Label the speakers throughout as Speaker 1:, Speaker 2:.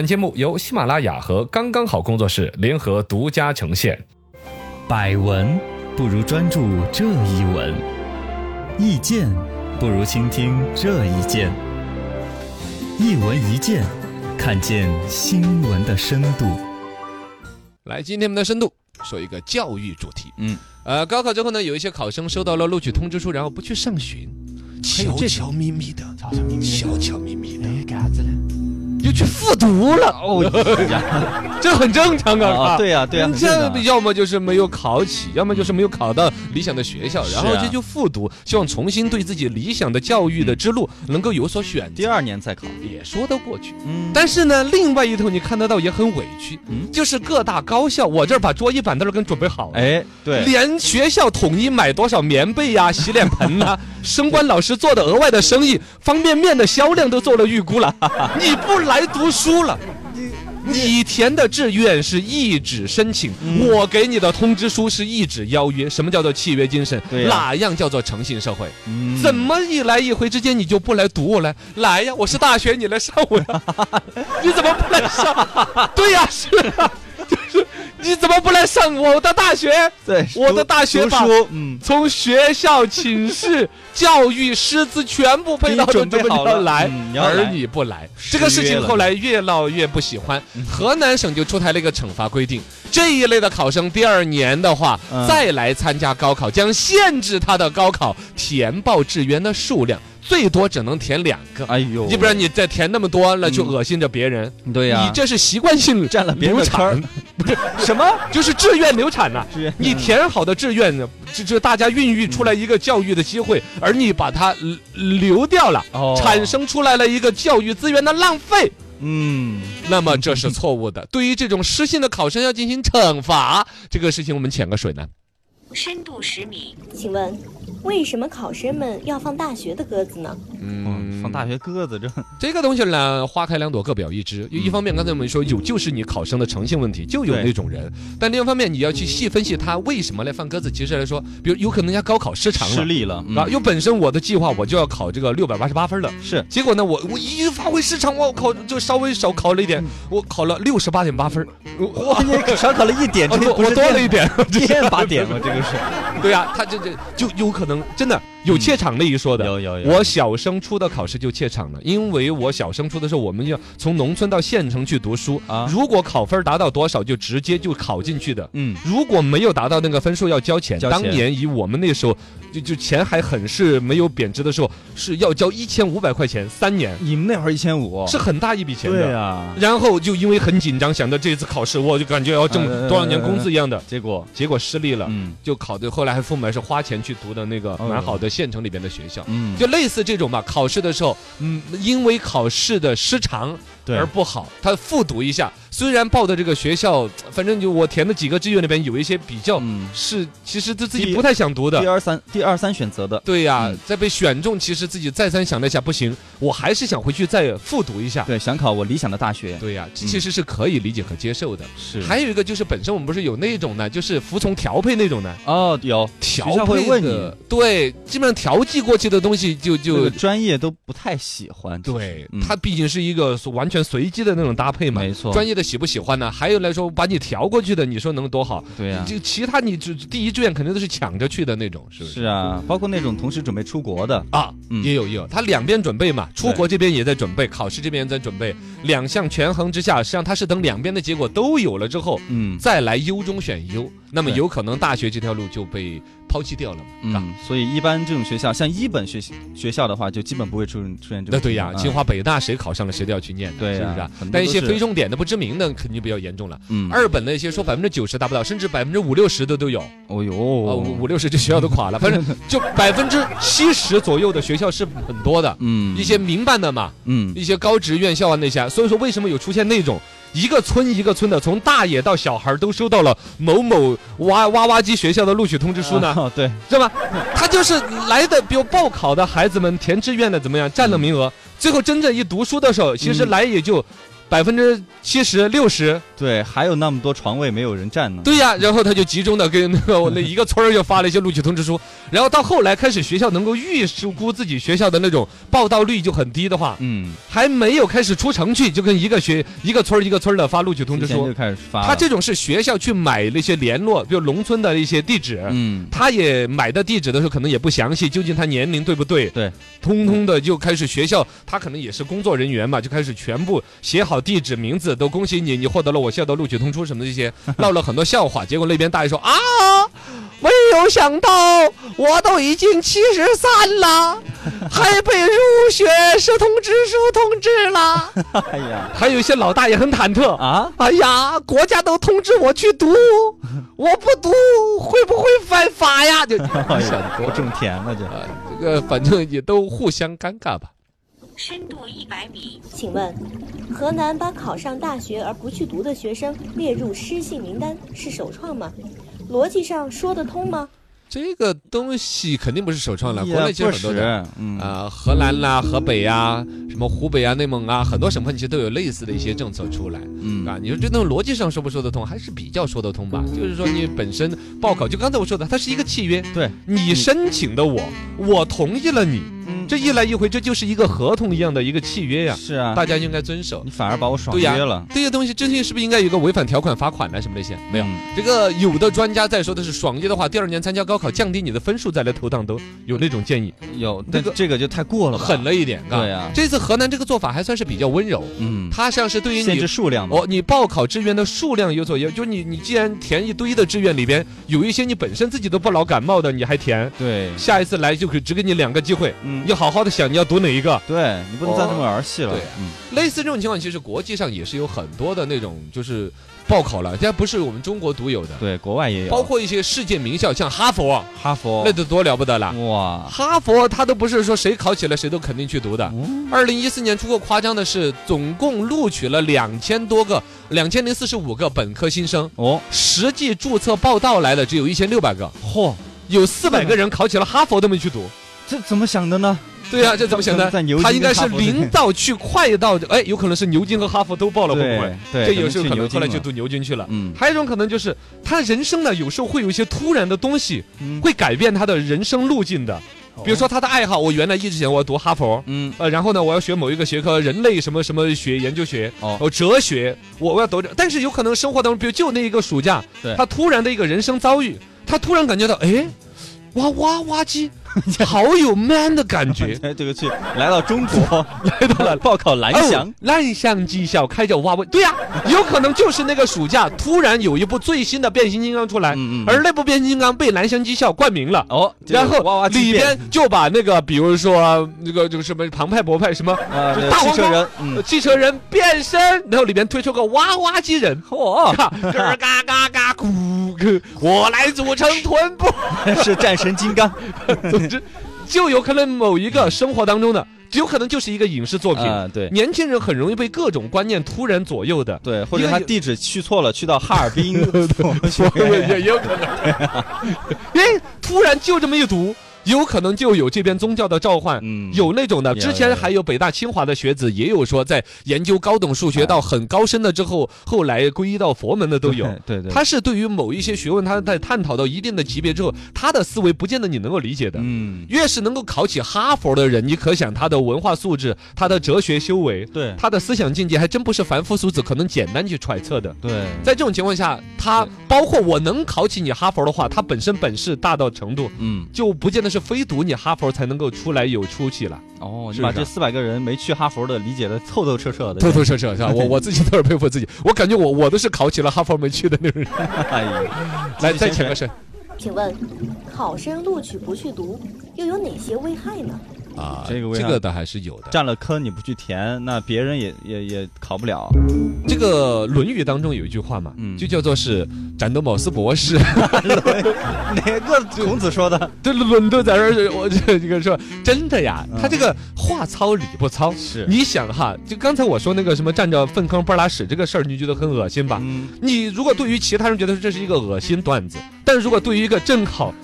Speaker 1: 本节目由喜马拉雅和刚刚好工作室联合独家呈现。
Speaker 2: 百闻不如专注这一闻，意见不如倾听这一见。一闻一见，看见新闻的深度。
Speaker 3: 来，今天我们的深度说一个教育主题。
Speaker 2: 嗯，
Speaker 3: 呃，高考之后呢，有一些考生收到了录取通知书，然后不去上学，悄悄咪咪的，悄悄咪咪的，
Speaker 2: 哎
Speaker 4: 干啥子呢？
Speaker 3: 又去复读了。这很正常啊。
Speaker 2: 啊，。对呀、啊，对呀、啊，很正
Speaker 3: 这
Speaker 2: 常啊
Speaker 3: 要么就是没有考起，要么就是没有考到理想的学校，然后
Speaker 2: 是啊
Speaker 3: 这就复读，希望重新对自己理想的教育的之路能够有所选择，
Speaker 2: 第二年再考。
Speaker 3: 也说得过去。
Speaker 2: 嗯，
Speaker 3: 但是呢，另外一头你看得到也很委屈，
Speaker 2: 嗯
Speaker 3: 就是各大高校，我这儿把桌椅板凳儿跟准备好了，
Speaker 2: 哎，对，
Speaker 3: 连学校统一买多少棉被呀、洗脸盆 呐、升官老师做的额外的生意，方便面的销量都做了预估了。 你不来读书了，你填的志愿是一纸申请，我给你的通知书是一纸邀约。什么叫做契约精神？
Speaker 2: 对呀
Speaker 3: 哪样叫做诚信社会？
Speaker 2: 嗯
Speaker 3: 怎么一来一回之间你就不来读我来？来呀，我是大学，你来上我呀，你怎么不来上？对呀，是啊，就是你怎么不来上我的大学？
Speaker 2: 对，
Speaker 3: 我的
Speaker 2: 读
Speaker 3: 大学
Speaker 2: 读
Speaker 3: 吧
Speaker 2: 书，嗯，
Speaker 3: 从学校、寝室、教育、师资全部配套都
Speaker 2: 给你准备
Speaker 3: 准备
Speaker 2: 好
Speaker 3: 要
Speaker 2: 了
Speaker 3: 来，
Speaker 2: 嗯你要
Speaker 3: 而
Speaker 2: 来
Speaker 3: 你不来，
Speaker 2: 失
Speaker 3: 这个事
Speaker 2: 约
Speaker 3: 情
Speaker 2: 了
Speaker 3: 后来越闹越不喜欢。河南省就出台了一个惩罚规定，这一类的考生第二年的话，
Speaker 2: 嗯
Speaker 3: 再来参加高考，将限制他的高考填报志愿的数量，最多只能填两个。
Speaker 2: 哎呦，嗯
Speaker 3: 要不然你再填那么多了，就恶心着别人。
Speaker 2: 对呀、
Speaker 3: 你这是习惯性
Speaker 2: 占了别人
Speaker 3: 流
Speaker 2: 的坑儿
Speaker 3: 产，
Speaker 2: 什么？
Speaker 3: 就是志愿流产呐、
Speaker 2: 志愿
Speaker 3: 你填好的志愿呢，这这大家孕育出来一个教育的机会，而你把它呃流掉了，
Speaker 2: 哦
Speaker 3: 产，生出来了一个教育资源的浪费，
Speaker 2: 嗯，
Speaker 3: 那么这是错误的。对于这种失信的考生要进行惩罚，这个事情我们潜个水呢。
Speaker 5: 深度十米，
Speaker 6: 请问，为什么考生们要放大学的鸽子呢？
Speaker 2: 嗯，放大学鸽子这，
Speaker 3: 这个东西呢，花开两朵，各表一枝。一方面，刚才我们说有就是你考生的诚信问题，就有
Speaker 2: 嗯对
Speaker 3: 那种人；但另一方面，你要去细分析他为什么来放鸽子。其实来说，比如有可能人家高考失常
Speaker 2: 失
Speaker 3: 了。
Speaker 2: 利了，嗯
Speaker 3: 啊，又本身我的计划我就要考这个六百八十八分了，
Speaker 2: 是
Speaker 3: 结果呢，我我一发挥失常，我考就稍微少考了一
Speaker 2: 嗯
Speaker 3: 点，我考了六十八点八分，我我
Speaker 2: 今天少哦考了一点，
Speaker 3: 我
Speaker 2: 这
Speaker 3: 多
Speaker 2: 不是
Speaker 3: 我多了一点，
Speaker 2: 点八点了，这个是。
Speaker 3: 对呀、他这这就有可能真的有怯场那一说的。
Speaker 2: 嗯有有有
Speaker 3: 我小升初的考试就怯场了，因为我小升初的时候，我们要从农村到县城去读书
Speaker 2: 啊
Speaker 3: 如果考分达到多少，就直接就考进去的。
Speaker 2: 嗯，
Speaker 3: 如果没有达到那个分数，要交钱。
Speaker 2: 交钱
Speaker 3: 当年以我们那时候，就就钱还很是没有贬值的时候，是要交一千五百块钱，三年
Speaker 2: 你们那会儿一千五
Speaker 3: 是很大一笔钱的。
Speaker 2: 哦对啊呀，
Speaker 3: 然后就因为很紧张，想到这次考试，我就感觉要挣
Speaker 2: 呃
Speaker 3: 多少年工资一样的，
Speaker 2: 结果
Speaker 3: 结果失利了。
Speaker 2: 嗯
Speaker 3: 就考的，后来还父母还是花钱去读的那个
Speaker 2: 哦
Speaker 3: 蛮好的县城里边的学校，
Speaker 2: 嗯，
Speaker 3: 就类似这种吧。考试的时候，嗯，因为考试的失常
Speaker 2: 对
Speaker 3: 而不好，他复读一下。虽然报的这个学校，反正就我填的几个志愿里边有一些比较
Speaker 2: 嗯
Speaker 3: 是，其实他自
Speaker 2: 第
Speaker 3: 己不太想读
Speaker 2: 第
Speaker 3: 的。
Speaker 2: 二三第二三选择的，
Speaker 3: 对呀、
Speaker 2: 嗯
Speaker 3: 再被选中，其实自己再三想了一下，不行，我还是想回去再复读一下。
Speaker 2: 对，想考我理想的大学，
Speaker 3: 对呀、这其实是可以理解和接受的。
Speaker 2: 是
Speaker 3: 还有一个就是，本身我们不是有那种呢，就是服从调配那种呢，
Speaker 2: 哦有
Speaker 3: 调
Speaker 2: 学校会
Speaker 3: 配
Speaker 2: 问
Speaker 3: 的对，基本上调剂过去的东西就
Speaker 2: 这
Speaker 3: 就
Speaker 2: 个专业都不太喜欢，
Speaker 3: 对
Speaker 2: 嗯，
Speaker 3: 它毕竟是一个完全随机的那种搭配嘛，
Speaker 2: 没错
Speaker 3: 专业的喜不喜欢呢？还有来说，把你调过去的，你说能多好？
Speaker 2: 对啊呀
Speaker 3: 就其他你就第一志愿肯定都是抢着去的那种，是不
Speaker 2: 是
Speaker 3: 是？
Speaker 2: 啊，包括那种同时准备出国的，
Speaker 3: 啊，
Speaker 2: 嗯
Speaker 3: 也有也有，他两边准备嘛，出国这边也在准备，考试这边也在准备，两项权衡之下，实际上他是等两边的结果都有了之后，
Speaker 2: 嗯
Speaker 3: 再来优中选优，那么
Speaker 2: 对
Speaker 3: 有可能大学这条路就被抛弃掉了嘛，是吧？
Speaker 2: 嗯，所以一般这种学校，像一本学学校的话，就基本不会出出现这种情况。
Speaker 3: 那对呀，
Speaker 2: 嗯
Speaker 3: 清华、北大谁考上了，谁都要去念的，
Speaker 2: 对呀
Speaker 3: 是不是啊
Speaker 2: 很多？
Speaker 3: 但一
Speaker 2: 都
Speaker 3: 些
Speaker 2: 是
Speaker 3: 非重点的、不知名的，肯定比较严重了。
Speaker 2: 嗯，
Speaker 3: 二本的一些说百分之九十达不到，甚至百分之五六十的都有，
Speaker 2: 哦呦，
Speaker 3: 啊，五五六十这学校都垮了，反正就百分之七十左右的学校是很多的，
Speaker 2: 嗯
Speaker 3: 一些民办的嘛，
Speaker 2: 嗯
Speaker 3: 一些高职院校啊那些，所以说为什么有出现那种一个村一个村的，从大爷到小孩都收到了某某挖挖挖机学校的录取通知书呢？
Speaker 2: 哦对，
Speaker 3: 是吧？他就是来的，比如报考
Speaker 2: 嗯
Speaker 3: 的孩子们填志愿的怎么样，占了名额，最后真正一读书的时候，其实来也就百分之七十、六 十，
Speaker 2: 对，还有那么多床位没有人占呢。
Speaker 3: 对呀、然后他就集中的跟那个我那一个村儿就发了一些录取通知
Speaker 2: 嗯
Speaker 3: 书，然后到后来开始学校能够预估自己学校的那种报到率就很低的话，
Speaker 2: 嗯，
Speaker 3: 还没有开始出城去，就跟一个学一个村儿一个村的发录取通知
Speaker 2: 之前
Speaker 3: 书
Speaker 2: 就。开始发了。
Speaker 3: 他这种是学校去买那些联络，比如农村的一些地址，
Speaker 2: 嗯，
Speaker 3: 他也买的地址的时候可能也不详细，究竟他年龄对不对？
Speaker 2: 对，
Speaker 3: 通通的就开始学校，他可能也是工作人员嘛，就开始全部写好地址、名字，都恭喜你，你获得了我校的录取通知什么的这 些，闹了很多笑话。结果那边大爷说啊，没有想到我都已经七十 三了，还被入学是通知书通 知了。
Speaker 2: 哎 呀
Speaker 3: 还有一些老大爷很忐忑
Speaker 2: 啊，
Speaker 3: 哎呀，国家都通知我 去读，我不读会不会犯法呀？就
Speaker 2: 哎呀，多种田了这。
Speaker 3: 啊，这个反正也都互相尴尬吧。
Speaker 5: 深度一百米，
Speaker 6: 请问，河南把考上大学而不去读的学生列入失信名单是首创吗？逻辑上说得通吗？
Speaker 3: 这个东西肯定不是首创了，
Speaker 2: 也
Speaker 3: 国内其实很多
Speaker 2: 不
Speaker 3: 的。
Speaker 2: 实嗯
Speaker 3: 啊、荷兰啦、河北呀、什么湖北啊、内蒙啊，很多省份其实都有类似的一些政策出来，
Speaker 2: 嗯
Speaker 3: 啊，你说这种逻辑上说不说得通，还是比较说得通吧。就是说你本身报考，就刚才我说的，它是一个契约，
Speaker 2: 对，
Speaker 3: 你申请的我，我同意了你，
Speaker 2: 嗯
Speaker 3: 这一来一回，这就是一个合同一样的一个契约呀，
Speaker 2: 是啊，
Speaker 3: 大家应该遵守
Speaker 2: 你。反而把我爽
Speaker 3: 对
Speaker 2: 约
Speaker 3: 呀
Speaker 2: 了，。
Speaker 3: 这些东西，这些是不是应该有个违反条款罚款呢？啊什么那些没有。
Speaker 2: 嗯
Speaker 3: 这个有的专家在说的是爽约的话，第二年参加高考降低你的分数再来投档都有那种建议，
Speaker 2: 有，
Speaker 3: 那
Speaker 2: 但
Speaker 3: 个
Speaker 2: 这个就太过了吧，
Speaker 3: 狠了一点。
Speaker 2: 对啊
Speaker 3: 这次河南这个做法还算是比较温柔，
Speaker 2: 嗯，
Speaker 3: 它像是对于
Speaker 2: 限制
Speaker 3: 你。
Speaker 2: 数量嘛，
Speaker 3: 哦，你报考志愿的数量有所要，就是你你既然填一堆的志愿里边，有一些你本身自己都不老感冒的，你还填，
Speaker 2: 对，
Speaker 3: 下一次来就可以只给你两个机会，
Speaker 2: 嗯，
Speaker 3: 要好好的想你要读哪一个。
Speaker 2: 对你不能再这么儿戏了
Speaker 3: 对，
Speaker 2: 嗯，
Speaker 3: 类似这种情况，其实国际上也是有很多的那种，就是报考了，这不是我们中国独有的，
Speaker 2: 对，国外也有，
Speaker 3: 包括一些世界名校，像哈佛，啊
Speaker 2: 哈佛
Speaker 3: 那，得多了不得了。
Speaker 2: 哇，
Speaker 3: 哈佛它都不是说谁考起来谁都肯定去读的。
Speaker 2: 嗯
Speaker 3: 二零一四年出过夸张的是，总共录取了两千多个，两千零四十五个本科新生，
Speaker 2: 哦，
Speaker 3: 实际注册报到来的只有一千六百个，
Speaker 2: 嚯，
Speaker 3: 有四百个人考起了哈佛都没去读。
Speaker 2: 这怎么想的呢？
Speaker 3: 对啊呀、这怎么想的
Speaker 2: 在牛？津
Speaker 3: 他应该是
Speaker 2: 跟哈佛之间
Speaker 3: 临到去快到，哎，有可能是牛津和哈佛都报了，会不会
Speaker 2: 对？，对，
Speaker 3: 这有时候
Speaker 2: 去
Speaker 3: 可
Speaker 2: 牛
Speaker 3: 能后
Speaker 2: 津
Speaker 3: 来就
Speaker 2: 了，
Speaker 3: 读牛津去了。
Speaker 2: 嗯
Speaker 3: 还有一种可能就是他人生呢，有时候会有一些突然的东西
Speaker 2: 嗯哦
Speaker 3: 会改变他的人生路径的，比如说他的爱好，我原来一直想我要读哈佛。
Speaker 2: 嗯，
Speaker 3: 呃，然后呢，我要学某一个学科，人类什么什么学研究学，
Speaker 2: 哦
Speaker 3: 哦，哲学，我我要读这。但是有可能生活当中，比如就那一个暑假
Speaker 2: 对，
Speaker 3: 他突然的一个人生遭遇，他突然感觉到，哎，哇哇哇 唧，好有 man 的感觉，
Speaker 2: 哎，这个去来到中国
Speaker 3: 来到了
Speaker 2: 报考蓝翔
Speaker 3: 哦，烂象技校开着挖问，对呀、有可能就是那个暑假突然有一部最新的变形金刚出来，
Speaker 2: 嗯嗯嗯
Speaker 3: 而那部变形金刚被蓝翔技校冠名了。
Speaker 2: 哦，这个
Speaker 3: 然后
Speaker 2: 哇哇
Speaker 3: 里
Speaker 2: 机变
Speaker 3: 边就把那个，比如说那个就是什么庞派、博派什么，
Speaker 2: 啊，
Speaker 3: 就
Speaker 2: 这
Speaker 3: 大
Speaker 2: 汽
Speaker 3: 黄
Speaker 2: 车
Speaker 3: 蜂
Speaker 2: 人，嗯，
Speaker 3: 汽车人变身，然后里边推出个哇哇机人，
Speaker 2: 嚯，
Speaker 3: 嘎嘎嘎嘎嘎咕，咕我来组成臀 部。
Speaker 2: 是战神金刚，
Speaker 3: 总之，就有可能某一个生活当中的，有可能就是一个影视作品。
Speaker 2: 啊，对
Speaker 3: 年轻人很容易被各种观念突然左右的，
Speaker 2: 对，或者
Speaker 3: 一个
Speaker 2: 他
Speaker 3: 有
Speaker 2: 地址去错了，去到哈尔滨
Speaker 3: 也也有可能， 哎，突然就这么一读，有可能就有这边宗教的召唤。
Speaker 2: 嗯
Speaker 3: 有那种的，
Speaker 2: 有
Speaker 3: 之前
Speaker 2: 有
Speaker 3: 还有北大清华的学子也有说，在研究高等数学
Speaker 2: 哎
Speaker 3: 到很高深的之后，后来皈依到佛门的都有。
Speaker 2: 对对对
Speaker 3: 他是对于某一些学问，他在探讨到一定的级别之后，他的思维不见得你能够理解的。
Speaker 2: 嗯，
Speaker 3: 越是能够考起哈佛的人，你可想他的文化素质、他的哲学修为、
Speaker 2: 对
Speaker 3: 他的思想境界，还真不是凡夫俗子可能简单去揣测的。
Speaker 2: 对，
Speaker 3: 在这种情况下，他
Speaker 2: 对
Speaker 3: 包括我能考起你哈佛的话，他本身本事大到程度，
Speaker 2: 嗯，
Speaker 3: 就不见得是非读你哈佛才能够出来有出息了，
Speaker 2: 哦，你
Speaker 3: 是
Speaker 2: 把
Speaker 3: 不
Speaker 2: 这
Speaker 3: 是
Speaker 2: 四百个人没去哈佛的理解的透透彻彻的，
Speaker 3: 透透彻彻是吧？我我自己都是佩服自己，我感觉我我都是考起了哈佛没去的 那种人。
Speaker 2: 哎呀，
Speaker 3: 来，
Speaker 2: 继续
Speaker 3: 再
Speaker 2: 宣
Speaker 3: 请个
Speaker 2: 传
Speaker 3: 神
Speaker 6: 请问，考生录取不去读又有哪些危害呢？
Speaker 3: 啊
Speaker 2: 这个为啥
Speaker 3: 这个倒还是有的。
Speaker 2: 占了坑你不去填，那别人也也也考不了，
Speaker 3: 这个《论语》当中有一句话嘛
Speaker 2: 嗯，
Speaker 3: 就叫做是“斩得某斯博士”。
Speaker 2: 哪个孔子说的？
Speaker 3: 这轮都在这儿，我这这个说真的呀
Speaker 2: 嗯，
Speaker 3: 他这个话糙理不糙。
Speaker 2: 是
Speaker 3: 你想哈，就刚才我说那个什么站着粪坑不拉屎这个事儿，你觉得很恶心吧？
Speaker 2: 嗯，
Speaker 3: 你如果对于其他人觉得这是一个恶心段子，但如果对于一个正好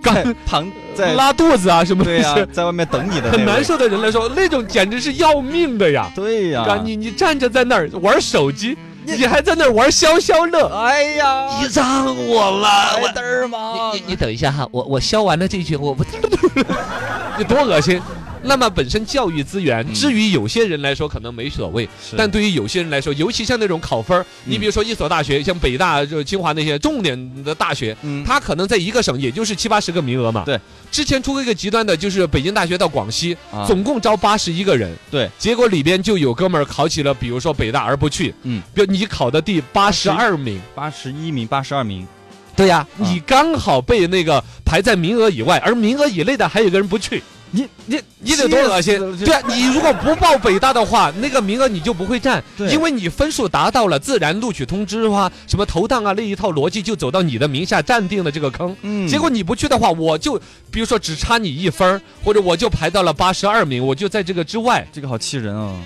Speaker 3: 刚
Speaker 4: 躺在
Speaker 3: 拉肚子啊什么
Speaker 4: 对呀、
Speaker 3: 的，
Speaker 4: 在外面等你的
Speaker 3: 很
Speaker 4: 那
Speaker 3: 难
Speaker 4: 位，
Speaker 3: 受的人来说，那种简直是要命的呀！
Speaker 4: 对呀、
Speaker 3: 啊，你你站着在那儿玩手机，你还在那儿玩消消乐，
Speaker 4: 哎呀，
Speaker 3: 你让我了，
Speaker 4: 白嘚儿吗？
Speaker 3: 你等一下哈，我我消完了这一局，我不，你多恶心。那么本身教育资
Speaker 4: 嗯
Speaker 3: 源，至于有些人来说可能没所谓，但对于有些人来说，尤其像那种考分儿，你
Speaker 4: 嗯
Speaker 3: 比如说一所大学，像北大、就清华那些重点的大学，
Speaker 4: 嗯
Speaker 3: 它可能在一个省也就是七八十个名额嘛。
Speaker 4: 对，
Speaker 3: 之前出过一个极端的，就是北京大学到广西，
Speaker 4: 啊
Speaker 3: 总共招八十一个人，
Speaker 4: 对，
Speaker 3: 结果里边就有哥们儿考起了，比如说北大而不去，
Speaker 4: 嗯，
Speaker 3: 比如你考的第八十二名，
Speaker 4: 八十一名、八十二名，
Speaker 3: 对呀、
Speaker 4: 啊
Speaker 3: 你刚好被那个排在名额以外，而名额以内的还有个人不去，
Speaker 4: 你你
Speaker 3: 你得多恶心
Speaker 4: 气死！了
Speaker 3: 对啊，你如果不报北大的话，那个名额你就不会占，
Speaker 4: 对
Speaker 3: 因为你分数达到了，自然录取通知啊、什么投档啊那一套逻辑就走到你的名下，占定了这个坑。
Speaker 4: 嗯，
Speaker 3: 结果你不去的话，我就比如说只差你一分儿，或者我就排到了八十二名，我就在这个之外。
Speaker 4: 这个好气人
Speaker 2: 哦
Speaker 4: 啊，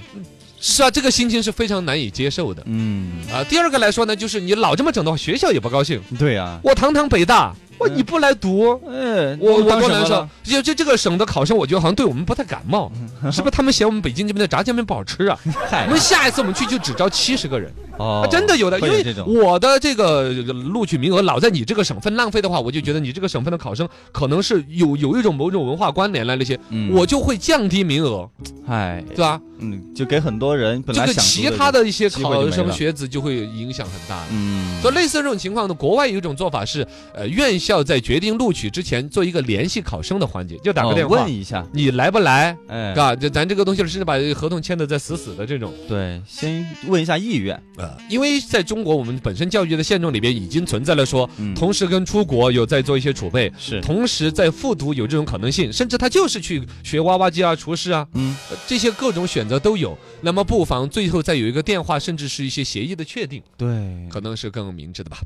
Speaker 3: 是啊，这个心情是非常难以接受的
Speaker 4: 嗯，
Speaker 3: 啊。第二个来说呢，就是你老这么整的话，学校也不高兴。
Speaker 4: 对呀、
Speaker 2: 啊
Speaker 3: 我堂堂北大，我
Speaker 4: 嗯
Speaker 3: 你不来读，
Speaker 4: 哎，
Speaker 3: 我我
Speaker 4: 当什么
Speaker 3: 多难受
Speaker 4: 了，！
Speaker 3: 就这这个省的考生，我觉得好像对我们不太感冒，
Speaker 4: 嗯
Speaker 3: 是不是？他们嫌我们北京这边的炸酱面不好吃啊？我们下一次我们去就只招七十个人，
Speaker 4: 哦
Speaker 3: 啊，真的有的，因
Speaker 4: 会
Speaker 3: 为
Speaker 4: 这种，
Speaker 3: 我的这个录取名额老在你这个省份浪费的话，我就觉得你这个省份的考生可能是有有一种某种文化关联了那些，
Speaker 4: 嗯
Speaker 3: 我就会降低名额，
Speaker 4: 嗨，
Speaker 3: 对吧？
Speaker 4: 嗯，就给很多人本
Speaker 3: 这
Speaker 4: 来
Speaker 3: 个
Speaker 4: 想
Speaker 3: 其
Speaker 4: 读
Speaker 3: 他
Speaker 4: 的人，
Speaker 3: 的一些
Speaker 4: 机会就
Speaker 3: 考
Speaker 4: 没
Speaker 3: 生
Speaker 4: 了
Speaker 3: 学子就会影响很大了。
Speaker 4: 嗯，
Speaker 3: 所以类似这种情况呢，国外有一种做法是，呃，院校在决定录取之前做一个联系考生的环节，就打个
Speaker 4: 哦
Speaker 3: 电话，
Speaker 4: 问一下，
Speaker 3: 你来不来？
Speaker 4: 哎，
Speaker 3: 啊，就咱这个东西是把合同签的再死死的这种，
Speaker 4: 对，先问一下意愿，
Speaker 3: 因为在中国我们本身教育的现状里边已经存在了说，
Speaker 4: 嗯
Speaker 3: 同时跟出国有在做一些储备，
Speaker 4: 是，
Speaker 3: 同时在复读有这种可能性，甚至他就是去学挖挖机啊、厨师啊，
Speaker 4: 嗯，
Speaker 3: 呃这些各种选择都有。那么不妨最后再有一个电话，甚至是一些协议的确定，
Speaker 4: 对，
Speaker 3: 可能是更明智的吧。